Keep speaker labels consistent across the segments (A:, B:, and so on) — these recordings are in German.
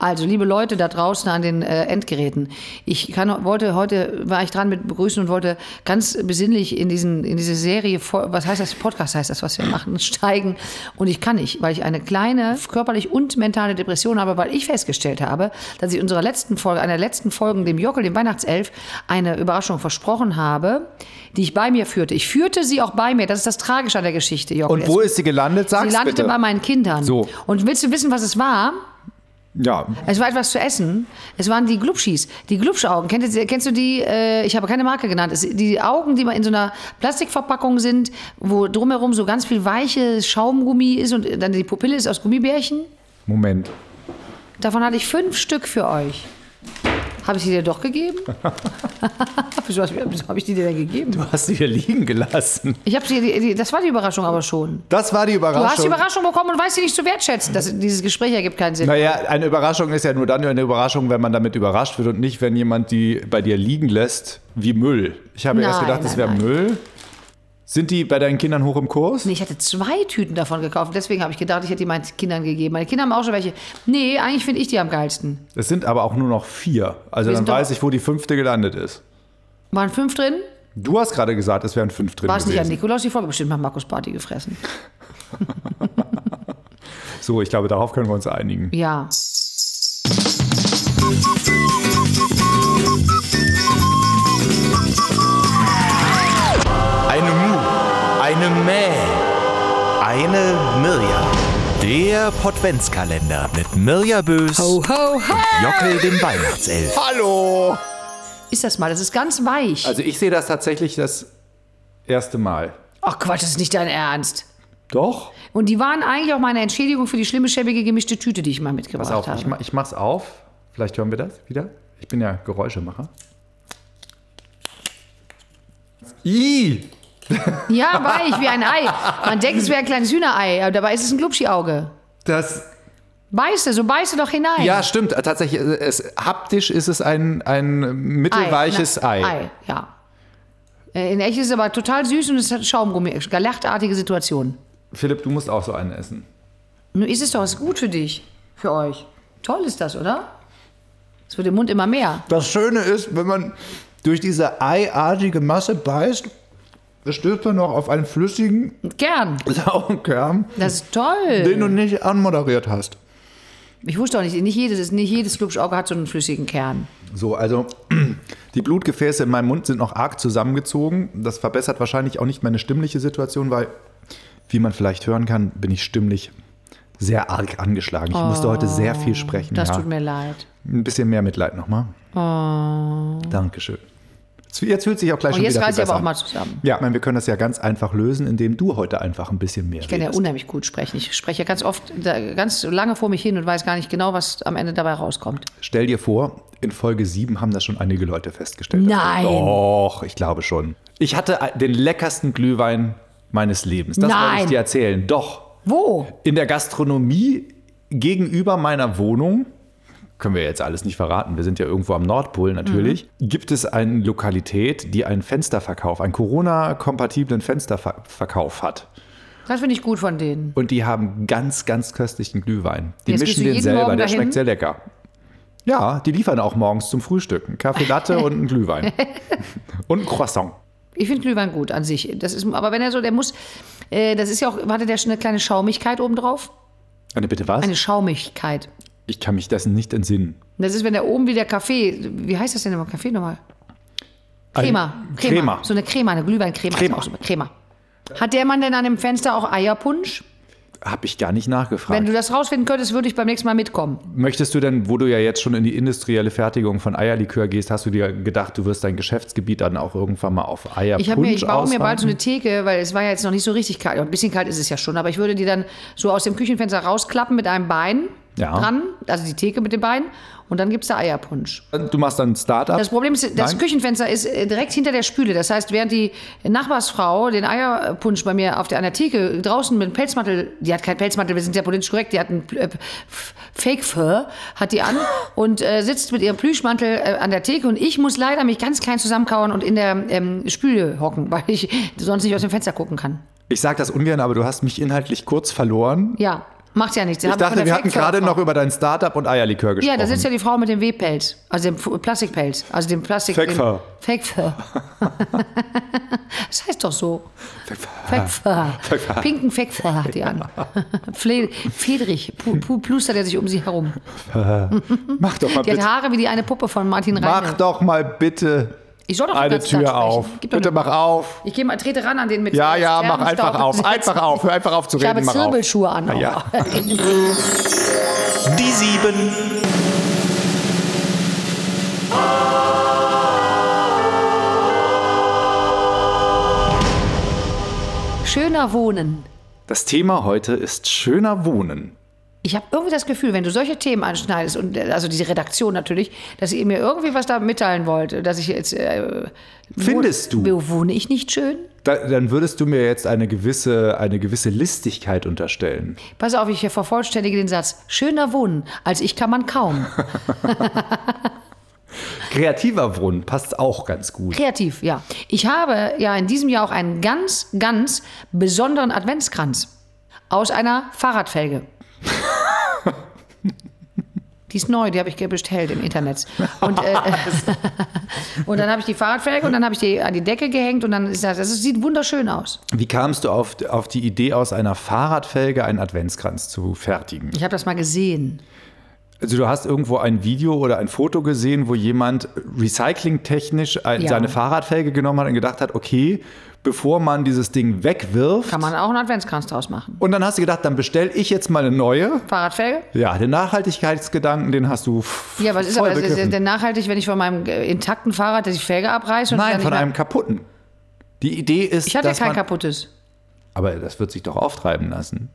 A: Also, liebe Leute da draußen an den äh, Endgeräten, ich kann, wollte heute, war ich dran mit begrüßen und wollte ganz besinnlich in, diesen, in diese Serie, vor- was heißt das, Podcast heißt das, was wir machen, steigen. Und ich kann nicht, weil ich eine kleine körperlich und mentale Depression habe, weil ich festgestellt habe, dass ich unserer letzten Folge, einer der letzten Folgen, dem Jockel, dem Weihnachtself, eine Überraschung versprochen habe, die ich bei mir führte. Ich führte sie auch bei mir, das ist das Tragische an der Geschichte, Jockel.
B: Und wo ist sie gelandet?
A: Sie
B: Sag's
A: landete
B: bitte.
A: bei meinen Kindern.
B: So.
A: Und willst du wissen, was es war?
B: ja,
A: Es war etwas zu essen. Es waren die Glubschis, die Glubschaugen. Kennst du, kennst du die? Äh, ich habe keine Marke genannt. Es, die Augen, die mal in so einer Plastikverpackung sind, wo drumherum so ganz viel weiches Schaumgummi ist und dann die Pupille ist aus Gummibärchen.
B: Moment.
A: Davon hatte ich fünf Stück für euch. Habe ich die dir doch gegeben? wieso hast du mir- wieso habe ich die dir denn gegeben?
B: Du hast sie hier liegen gelassen.
A: Ich habe die, die, die, das war die Überraschung aber schon.
B: Das war die
A: Du
B: Überraschung.
A: hast die Überraschung bekommen und weißt sie nicht zu wertschätzen. Das, dieses Gespräch ergibt keinen Sinn.
B: Naja, eine Überraschung ist ja nur dann eine Überraschung, wenn man damit überrascht wird und nicht, wenn jemand die bei dir liegen lässt wie Müll. Ich habe erst
A: Nein,
B: gedacht, das
A: nein,
B: wäre
A: nein.
B: Müll. Sind die bei deinen Kindern hoch im Kurs?
A: Nee, ich hatte zwei Tüten davon gekauft. Deswegen habe ich gedacht, ich hätte die meinen Kindern gegeben. Meine Kinder haben auch schon welche. Nee, eigentlich finde ich die am geilsten.
B: Es sind aber auch nur noch vier. Also
A: Wir
B: dann
A: sind doch-
B: weiß ich, wo die fünfte gelandet ist.
A: Waren fünf drin?
B: Du hast gerade gesagt, es wären fünf drin
A: War es nicht an
B: gewesen.
A: Nikolaus die Folge? Bestimmt haben Markus Party gefressen.
B: So, ich glaube, darauf können wir uns einigen.
A: Ja.
C: Eine Mu, eine Mäh, eine Mirja. Der Potwenzkalender mit Mirja Bös,
B: Oh,
A: Ho, ho, ho!
C: Jockel dem Weihnachtself.
B: Hallo!
A: Ist das mal? Das ist ganz weich.
B: Also ich sehe das tatsächlich das erste Mal.
A: Ach Quatsch, das ist nicht dein Ernst.
B: Doch?
A: Und die waren eigentlich auch meine Entschädigung für die schlimme, schäbige, gemischte Tüte, die ich mal mitgebracht
B: Pass auf,
A: habe.
B: ich, ma- ich mach's auf. Vielleicht hören wir das wieder. Ich bin ja Geräuschemacher. I!
A: ja, weich, wie ein Ei. Man denkt, es wäre ein kleines Hühnerei, aber dabei ist es ein Glubschi-Auge.
B: Das.
A: Beiße, so beiße doch hinein.
B: Ja, stimmt. Tatsächlich, äh, es, haptisch ist es ein, ein mittelweiches
A: na,
B: Ei.
A: ne? Ei, ja. Äh, In echt ist es aber total süß und es hat Schaumgummi. Galachtartige Situation.
B: Philipp, du musst auch so einen essen.
A: Nun ist es doch, ist gut für dich, für euch. Toll ist das, oder? Es wird im Mund immer mehr.
B: Das Schöne ist, wenn man durch diese eiartige Masse beißt, stößt man noch auf einen flüssigen,
A: Gern.
B: sauren Kern,
A: Das ist toll.
B: den du nicht anmoderiert hast.
A: Ich wusste auch nicht, nicht jedes, nicht jedes Glubschauge hat so einen flüssigen Kern.
B: So, also die Blutgefäße in meinem Mund sind noch arg zusammengezogen. Das verbessert wahrscheinlich auch nicht meine stimmliche Situation, weil, wie man vielleicht hören kann, bin ich stimmlich sehr arg angeschlagen. Ich musste heute sehr viel sprechen.
A: Oh, Das
B: ja.
A: tut mir leid.
B: Ein bisschen mehr Mitleid nochmal. Dankeschön. Jetzt fühlt sich auch gleich
A: Und
B: schon
A: Oh. jetzt
B: wieder viel
A: reiß ich aber
B: besser
A: auch
B: an.
A: mal zusammen.
B: Ja, ich meine, wir können das ja ganz einfach lösen, indem du heute einfach ein bisschen mehr
A: Ich kann ja unheimlich gut sprechen. Ich spreche ja ganz oft, da, ganz lange vor mich hin und weiß gar nicht genau, was am Ende dabei rauskommt.
B: Stell dir vor, in Folge 7 haben das schon einige Leute festgestellt.
A: Nein.
B: Doch, ich glaube schon. Ich hatte den leckersten Glühwein meines Lebens. Das
A: Nein.
B: wollte ich dir erzählen. Doch.
A: Wo?
B: In der Gastronomie gegenüber meiner Wohnung, können wir jetzt alles nicht verraten, wir sind ja irgendwo am Nordpol natürlich,
A: Mhm.
B: gibt es eine Lokalität, die einen Fensterverkauf, einen Corona-kompatiblen Fensterverkauf hat.
A: Das finde ich gut von denen.
B: Und die haben ganz, ganz köstlichen Glühwein. Die
A: Jetzt gehst
B: mischen
A: du
B: den
A: jeden
B: selber,
A: Morgen
B: der
A: dahin?
B: schmeckt sehr lecker. Ja, die liefern auch morgens zum Frühstück. Einen Kaffee Latte und einen Glühwein. Und ein Croissant.
A: Ich finde Glühwein gut an sich. Das ist, aber wenn er so, der muss, äh, das ist ja auch, hatte der schon eine kleine Schaumigkeit obendrauf?
B: Eine bitte was?
A: Eine Schaumigkeit.
B: Ich kann mich dessen nicht entsinnen.
A: Und Das ist, wenn der oben wie der Kaffee, wie heißt das denn immer? Kaffee nochmal? Crema.
B: Ein Crema.
A: So eine Crema, eine Glühweincrema. ist
B: Crema.
A: auch so- Crema. Hat der Mann denn an dem Fenster auch Eierpunsch?
B: Hab ich gar nicht nachgefragt.
A: Wenn du das rausfinden könntest, würde ich beim nächsten Mal mitkommen.
B: Möchtest du denn, wo du ja jetzt schon in die industrielle Fertigung von Eierlikör gehst, hast du dir gedacht, du wirst dein Geschäftsgebiet dann auch irgendwann mal auf Eierpunsch
A: Ich, hab mir, ich baue mir
B: ausweiten?
A: bald so eine Theke, weil es war ja jetzt noch nicht so richtig kalt. Ein bisschen kalt ist es ja schon, aber ich würde die dann so aus dem Küchenfenster rausklappen mit einem Bein
B: Ja.
A: dran, also die Theke mit dem Bein, und dann gibt es da Eierpunsch.
B: Du machst dann ein Startup.
A: Das Problem ist, das
B: Nein.
A: Küchenfenster ist äh, direkt hinter der Spüle. Das heißt, während die Nachbarsfrau den Eierpunsch bei mir auf der, an der Theke draußen mit dem Pelzmantel, die hat kein Pelzmantel, wir sind ja politisch korrekt, die hat einen äh, F- Fake Fur, hat die an und äh, sitzt mit ihrem Plüschmantel äh, an der Theke und ich muss leider mich ganz klein zusammenkauern und in der ähm, Spüle hocken, weil ich sonst nicht aus dem Fenster gucken kann.
B: Ich sag das ungern, aber du hast mich inhaltlich kurz verloren.
A: Ja. Macht ja nichts. Sie
B: Ich
A: haben von
B: dachte,
A: der
B: wir hatten
A: Fake-Frau
B: gerade
A: gesprochen.
B: noch über dein Startup und Eierlikör gesprochen.
A: Ja, da sitzt ja die Frau mit dem Webpelz, also dem F- Plastikpelz, also dem Plastik.
B: Fake
A: dem-
B: Fur.
A: Fake Fur. das heißt doch so.
B: Ah,
A: Fake Fur. Pinken Fake Fur hat die an. Fle Fedrich, pu pu plustert er sich um sie herum.
B: Mach doch mal
A: Die hat
B: bitte.
A: Haare wie die eine Puppe von Martin
B: Mach
A: Reine.
B: doch mal bitte
A: Ich soll doch den
B: eine
A: ganzen Tag
B: Tür
A: sprechen.
B: auf.
A: Gib doch
B: Bitte
A: eine-
B: mach auf.
A: Ich gehe mal, trete ran an den mit
B: Ja, ja, mach
A: Sternenstaub
B: einfach auf.
A: besetzt.
B: Einfach auf. Hör einfach auf zu
A: Ich habe
B: reden. Mach auf. Ah,
A: Zirbelschuhe an. auch.
B: Ja.
C: Die sieben.
A: Schöner Wohnen.
B: Das Thema heute ist schöner Wohnen.
A: Ich habe irgendwie das Gefühl, wenn du solche Themen anschneidest, und äh, also diese Redaktion natürlich, dass ihr mir irgendwie was da mitteilen wollt, dass ich jetzt. Äh,
B: Findest
A: wo-
B: du?
A: wo- Wohne ich nicht schön?
B: Da, dann würdest du mir jetzt eine gewisse, eine gewisse Listigkeit unterstellen.
A: Pass auf, ich vervollständige den Satz. Schöner Wohnen, als ich kann man kaum.
B: Kreativer Wohnen passt auch ganz gut.
A: Kreativ, ja. Ich habe ja in diesem Jahr auch einen ganz, ganz besonderen Adventskranz aus einer Fahrradfelge. Die ist neu, die habe ich bestellt im Internet. Und, äh, und dann habe ich die Fahrradfelge und dann habe ich die an die Decke gehängt und dann ist das, das sieht wunderschön aus.
B: Wie kamst du auf, auf die Idee, aus einer Fahrradfelge einen Adventskranz zu fertigen?
A: Ich habe das mal gesehen.
B: Also du hast irgendwo ein Video oder ein Foto gesehen, wo jemand recyclingtechnisch ein-
A: Ja.
B: seine Fahrradfelge genommen hat und gedacht hat, okay, bevor man dieses Ding wegwirft.
A: Kann man auch einen Adventskranz draus machen.
B: und dann hast du gedacht, dann bestelle ich jetzt mal eine neue.
A: Fahrradfelge?
B: Ja, den Nachhaltigkeitsgedanken, den hast du f-
A: Ja, was ist
B: voll
A: aber ist
B: begriffen.
A: denn nachhaltig, wenn ich von meinem äh, intakten Fahrrad die Felge abreiße? Und
B: Nein,
A: dann
B: von
A: nicht mehr-
B: einem kaputten. Die Idee ist,
A: Ich hatte ja
B: dass
A: kein
B: man,
A: kaputtes.
B: aber das wird sich doch auftreiben lassen.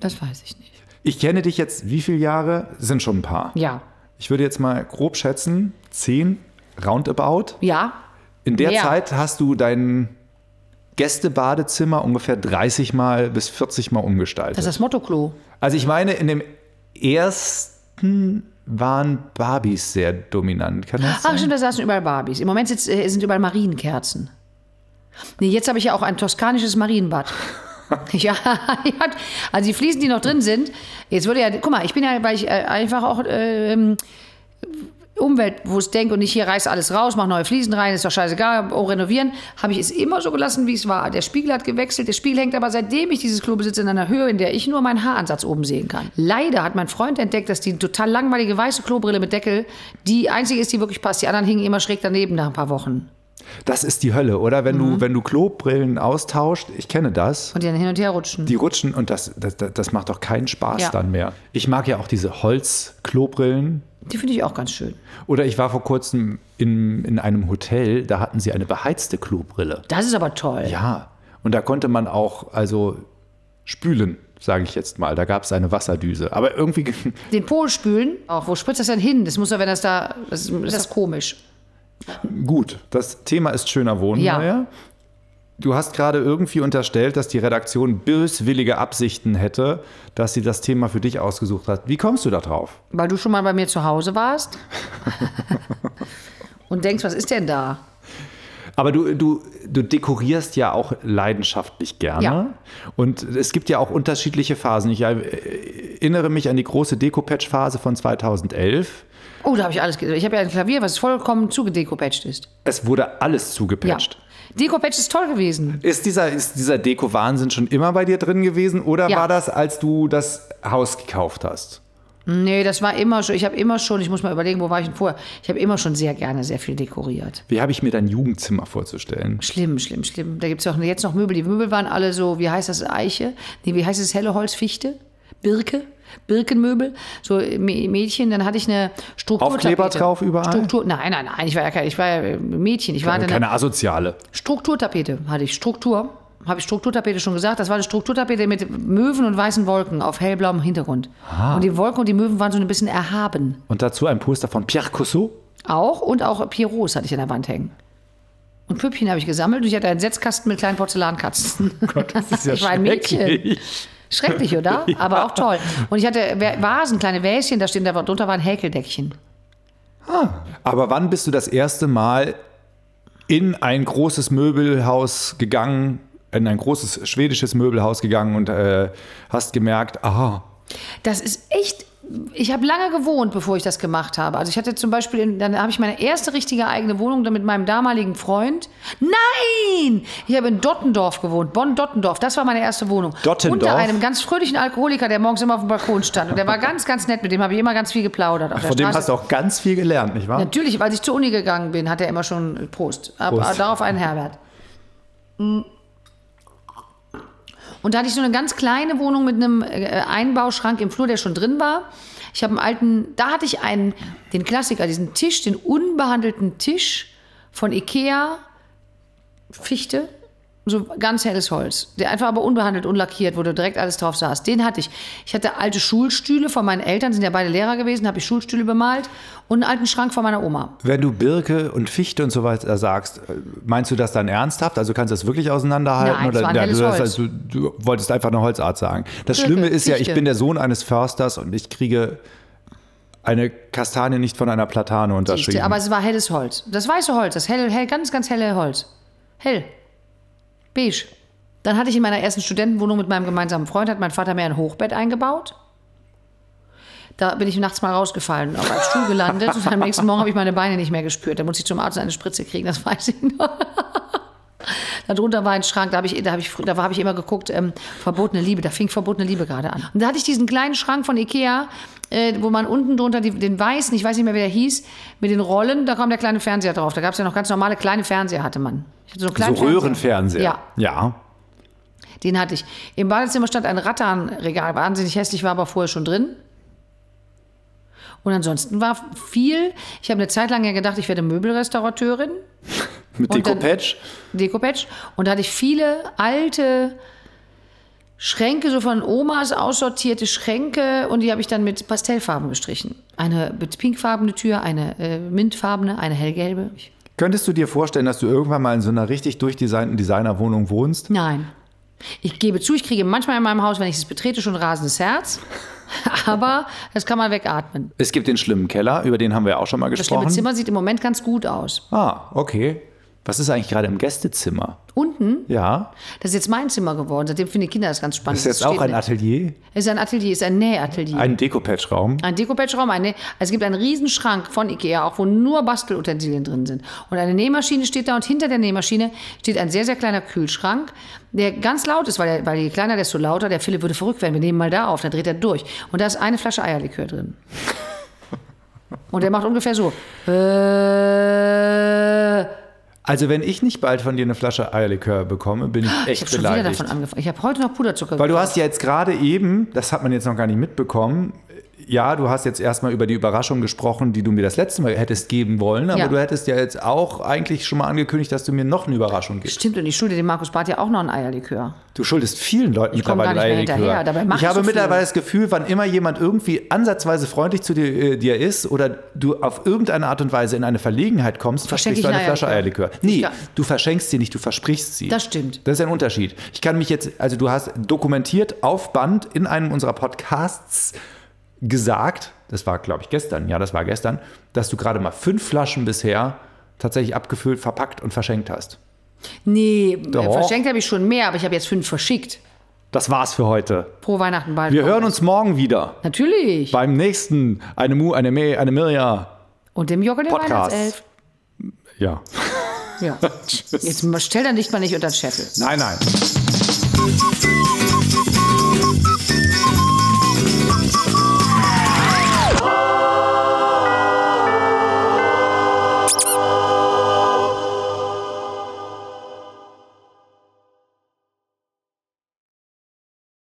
A: Das weiß ich nicht.
B: Ich kenne dich jetzt, wie viele Jahre? Sind schon ein paar.
A: Ja.
B: Ich würde jetzt mal grob schätzen, zehn, roundabout.
A: Ja,
B: In der
A: Mehr.
B: Zeit hast du dein Gästebadezimmer ungefähr 30 Mal bis 40 Mal umgestaltet.
A: Das ist das Motto-Klo.
B: also ich meine, in dem ersten waren Barbies sehr dominant. Kann das
A: Ach
B: sein?
A: stimmt, da saßen überall Barbies. Im Moment sitzt, äh, sind überall Marienkerzen. Nee, jetzt habe ich ja auch ein toskanisches Marienbad. ja, ja, also die Fliesen, die noch drin sind, jetzt würde ja, guck mal, ich bin ja, weil ich äh, einfach auch ähm, umweltbewusst denke und nicht hier reiß alles raus, mach neue Fliesen rein, ist doch scheißegal, oh, renovieren, habe ich es immer so gelassen, wie es war. Der Spiegel hat gewechselt, der Spiegel hängt aber seitdem ich dieses Klo besitze in einer Höhe, in der ich nur meinen Haaransatz oben sehen kann. Leider hat mein Freund entdeckt, dass die total langweilige weiße Klobrille mit Deckel die einzige ist, die wirklich passt. Die anderen hingen immer schräg daneben nach ein paar Wochen.
B: Das ist die Hölle, oder? Wenn,
A: Mhm.
B: du, wenn du Klobrillen austauscht, ich kenne das.
A: Und die dann hin und her rutschen.
B: Die rutschen und das, das, das macht doch keinen Spaß
A: Ja.
B: dann mehr. Ich mag ja auch diese Holz-Klobrillen.
A: Die finde ich auch ganz schön.
B: Oder ich war vor kurzem in, in einem Hotel, da hatten sie eine beheizte Klobrille.
A: Das ist aber toll.
B: Ja, und da konnte man auch, also spülen, sage ich jetzt mal. Da gab es eine Wasserdüse. Aber irgendwie,
A: Den Po spülen, auch wo spritzt das denn hin? Das muss ja, wenn das da, das ist, das ist komisch.
B: gut, das Thema ist schöner Wohnen.
A: Ja.
B: Maya. Du hast gerade irgendwie unterstellt, dass die Redaktion böswillige Absichten hätte, dass sie das Thema für dich ausgesucht hat. Wie kommst du da drauf?
A: Weil du schon mal bei mir zu Hause warst und denkst, was ist denn da?
B: Aber du, du, du dekorierst ja auch leidenschaftlich gerne.
A: Ja.
B: Und es gibt ja auch unterschiedliche Phasen. Ich äh, erinnere mich an die große Deko-Patch-Phase von 2011.
A: Oh, da habe ich alles. ge- Ich habe ja ein Klavier, was vollkommen zugedekopatcht ist.
B: Es wurde alles
A: Ja.
B: zugepatcht.
A: Dekopatcht ist toll gewesen.
B: Ist dieser, ist dieser Deko-Wahnsinn schon immer bei dir drin gewesen oder
A: Ja.
B: war das, als du das Haus gekauft hast? Hm.
A: Nee, das war immer schon. Ich habe immer schon, ich muss mal überlegen, wo war ich denn vorher? Ich habe immer schon sehr gerne sehr viel dekoriert.
B: Wie habe ich mir dein Jugendzimmer vorzustellen?
A: Schlimm, schlimm, schlimm. Da gibt es ja auch jetzt noch Möbel. Die Möbel waren alle so, wie heißt das, Eiche? Nee, wie heißt es, helle Holz, Fichte? Birke? Birkenmöbel? So äh, Mä- Mädchen, dann hatte ich eine Struktur.
B: Aufkleber drauf überall?
A: Struktur, nein, nein, nein, ich war ja kein, ich war ja äh, Mädchen. Ich war
B: Also
A: hatte eine
B: keine Asoziale.
A: Strukturtapete hatte ich. Struktur. Habe ich Strukturtapete schon gesagt? Das war eine Strukturtapete mit Möwen und weißen Wolken auf hellblauem Hintergrund. Und die Wolken und die Möwen waren so ein bisschen erhaben.
B: Und dazu ein Poster von Pierre Cousseau.
A: Auch und auch Pierrots hatte ich an der Wand hängen. Und Püppchen habe ich gesammelt und ich hatte einen Setzkasten mit kleinen Porzellankatzen.
B: Das ist ja
A: Ich war ein Mädchen.
B: schrecklich.
A: Schrecklich, oder? Aber auch toll. Und ich hatte Vä- Vasen, kleine Wäschen, da stehen, da drunter waren Häkeldeckchen.
B: Aber wann bist du das erste Mal in ein großes Möbelhaus gegangen, in ein großes schwedisches Möbelhaus gegangen und äh, hast gemerkt, aha,
A: Das ist echt. Ich habe lange gewohnt, bevor ich das gemacht habe. Also ich hatte zum Beispiel, in, dann habe ich meine erste richtige eigene Wohnung dann mit meinem damaligen Freund. Nein! Ich habe in Dottendorf gewohnt, Bonn-Dottendorf. Das war meine erste Wohnung.
B: Dottendorf?
A: Unter einem ganz fröhlichen Alkoholiker, der morgens immer auf dem Balkon stand. Und der war ganz, ganz nett. Mit dem habe ich immer ganz viel geplaudert. Auf der
B: von dem
A: Straße.
B: hast du auch ganz viel gelernt, nicht wahr?
A: Natürlich, weil ich zur Uni gegangen bin, hat er immer schon Prost. Aber
B: Prost.
A: darauf einen Herbert. Mm. Und da hatte ich so eine ganz kleine Wohnung mit einem äh, Einbauschrank im Flur, der schon drin war. Ich habe einen alten, da hatte ich einen, den Klassiker, diesen Tisch, den unbehandelten Tisch von Ikea, Fichte, so ganz helles Holz, der einfach aber unbehandelt, unlackiert wurde, direkt alles drauf saß. Den hatte ich. Ich hatte alte Schulstühle von meinen Eltern, sind ja beide Lehrer gewesen, habe ich Schulstühle bemalt und einen alten Schrank von meiner Oma.
B: Wenn du Birke und Fichte und so weiter sagst, äh, meinst du das dann ernsthaft? Also kannst du das wirklich auseinanderhalten?
A: Nein, es war ein
B: du,
A: helles
B: das
A: Holz.
B: heißt, du, du wolltest einfach eine Holzart sagen. Das
A: Birke,
B: Schlimme ist ja, ich
A: Fichte.
B: bin der Sohn eines Försters und ich kriege eine Kastanie nicht von einer Platane unterschrieben.
A: Fichte, aber es war helles Holz. Das weiße Holz, das helle, hell, ganz, ganz helle Holz. Hell. Beige. Dann hatte ich in meiner ersten Studentenwohnung mit meinem gemeinsamen Freund, hat mein Vater mir ein Hochbett eingebaut. Da bin ich nachts mal rausgefallen, auf einem Stuhl gelandet und am nächsten Morgen habe ich meine Beine nicht mehr gespürt. Da musste ich zum Arzt und eine Spritze kriegen, das weiß ich noch. Darunter war ein Schrank, da habe ich, da habe ich, frü- da habe ich immer geguckt, ähm, verbotene Liebe, da fing verbotene Liebe gerade an. Und da hatte ich diesen kleinen Schrank von Ikea, äh, wo man unten drunter die, den weißen, ich weiß nicht mehr, wie der hieß, mit den Rollen, da kam der kleine Fernseher drauf. Da gab es ja noch ganz normale kleine Fernseher, hatte man. Ich hatte so, einen
B: so
A: kleinen
B: Röhrenfernseher.
A: Ja,
B: ja.
A: den hatte ich. Im Badezimmer stand ein Rattanregal, wahnsinnig hässlich, war aber vorher schon drin. Und ansonsten war viel, ich habe eine Zeit lang ja gedacht, ich werde Möbelrestaurateurin,
B: Mit
A: Und dann-
B: Dekopetsch.
A: Dekopetsch. Und da hatte ich viele alte Schränke, so von Omas aussortierte Schränke und die habe ich dann mit Pastellfarben gestrichen. Eine mit pinkfarbene Tür, eine äh, mintfarbene, eine hellgelbe. Ich,
B: Könntest du dir vorstellen, dass du irgendwann mal in so einer richtig durchdesignten Designerwohnung wohnst?
A: nein. Ich gebe zu, ich kriege manchmal in meinem Haus, wenn ich es betrete, schon ein rasendes Herz. Aber das kann man wegatmen.
B: Es gibt den schlimmen Keller, über den haben wir ja auch schon mal
A: Das schlimme
B: gesprochen.
A: Zimmer sieht im Moment ganz gut aus.
B: Ah, okay. Was ist eigentlich gerade im Gästezimmer?
A: Unten,
B: Ja.
A: das ist jetzt mein Zimmer geworden. Seitdem finden die Kinder das ganz spannend.
B: Ist jetzt
A: Das steht
B: auch ein
A: nicht.
B: Atelier?
A: ist ein Atelier, ist ein Nähatelier.
B: Ein Dekopetschraum.
A: Ein Dekopetschraum, eine, also es gibt einen riesen Schrank von Ikea, auch wo nur Bastelutensilien drin sind. Und eine Nähmaschine steht da und hinter der Nähmaschine steht ein sehr, sehr kleiner Kühlschrank, der ganz laut ist, weil, der, weil je kleiner, desto lauter. Der Philipp würde verrückt werden. Wir nehmen mal da auf, dann dreht er durch. Und da ist eine Flasche Eierlikör drin. Und der macht ungefähr so. Äh,
B: Also wenn ich nicht bald von dir eine Flasche Eierlikör bekomme, bin ich
A: ich
B: echt
A: habe schon wieder davon
B: beleidigt.
A: angefangen. Ich habe heute noch Puderzucker
B: Weil du hast ja jetzt gerade eben, das hat man jetzt noch gar nicht mitbekommen, ja, du hast jetzt erstmal über die Überraschung gesprochen, die du mir das letzte Mal hättest geben wollen, aber
A: Ja.
B: du hättest ja jetzt auch eigentlich schon mal angekündigt, dass du mir noch eine Überraschung gibst.
A: Stimmt, und ich schulde dem Markus Barth ja auch noch ein Eierlikör.
B: Du schuldest vielen Leuten
A: komm gar
B: mittlerweile
A: nicht mehr hinterher,
B: Eierlikör.
A: dabei mach
B: Ich
A: ich
B: habe
A: so viel.
B: mittlerweile das Gefühl, wann immer jemand irgendwie ansatzweise freundlich zu dir, äh, dir ist oder du auf irgendeine Art und Weise in eine Verlegenheit kommst,
A: Verschenke
B: versprichst
A: ich
B: du eine
A: einen
B: Flasche
A: Eierlikör.
B: Eierlikör. Nee,
A: Ja.
B: du verschenkst sie nicht, du versprichst sie.
A: Das stimmt.
B: Das ist ein Unterschied. Ich kann mich jetzt, also du hast dokumentiert auf Band in einem unserer Podcasts gesagt, das war glaube ich gestern, ja, das war gestern, dass du gerade mal fünf Flaschen bisher tatsächlich abgefüllt, verpackt und verschenkt hast.
A: Nee,
B: Doch.
A: verschenkt habe ich schon mehr, aber ich habe jetzt fünf verschickt.
B: Das war's für heute.
A: Pro Weihnachten bald.
B: Wir hören uns morgen wieder.
A: Natürlich.
B: beim nächsten eine Mu, eine Me, eine Mirja
A: Und dem Jogger der
B: Podcast.
A: Weihnachtself.
B: Ja.
A: Ja. Jetzt stell da nicht mal nicht unter den Scheffel.
B: Nein, nein.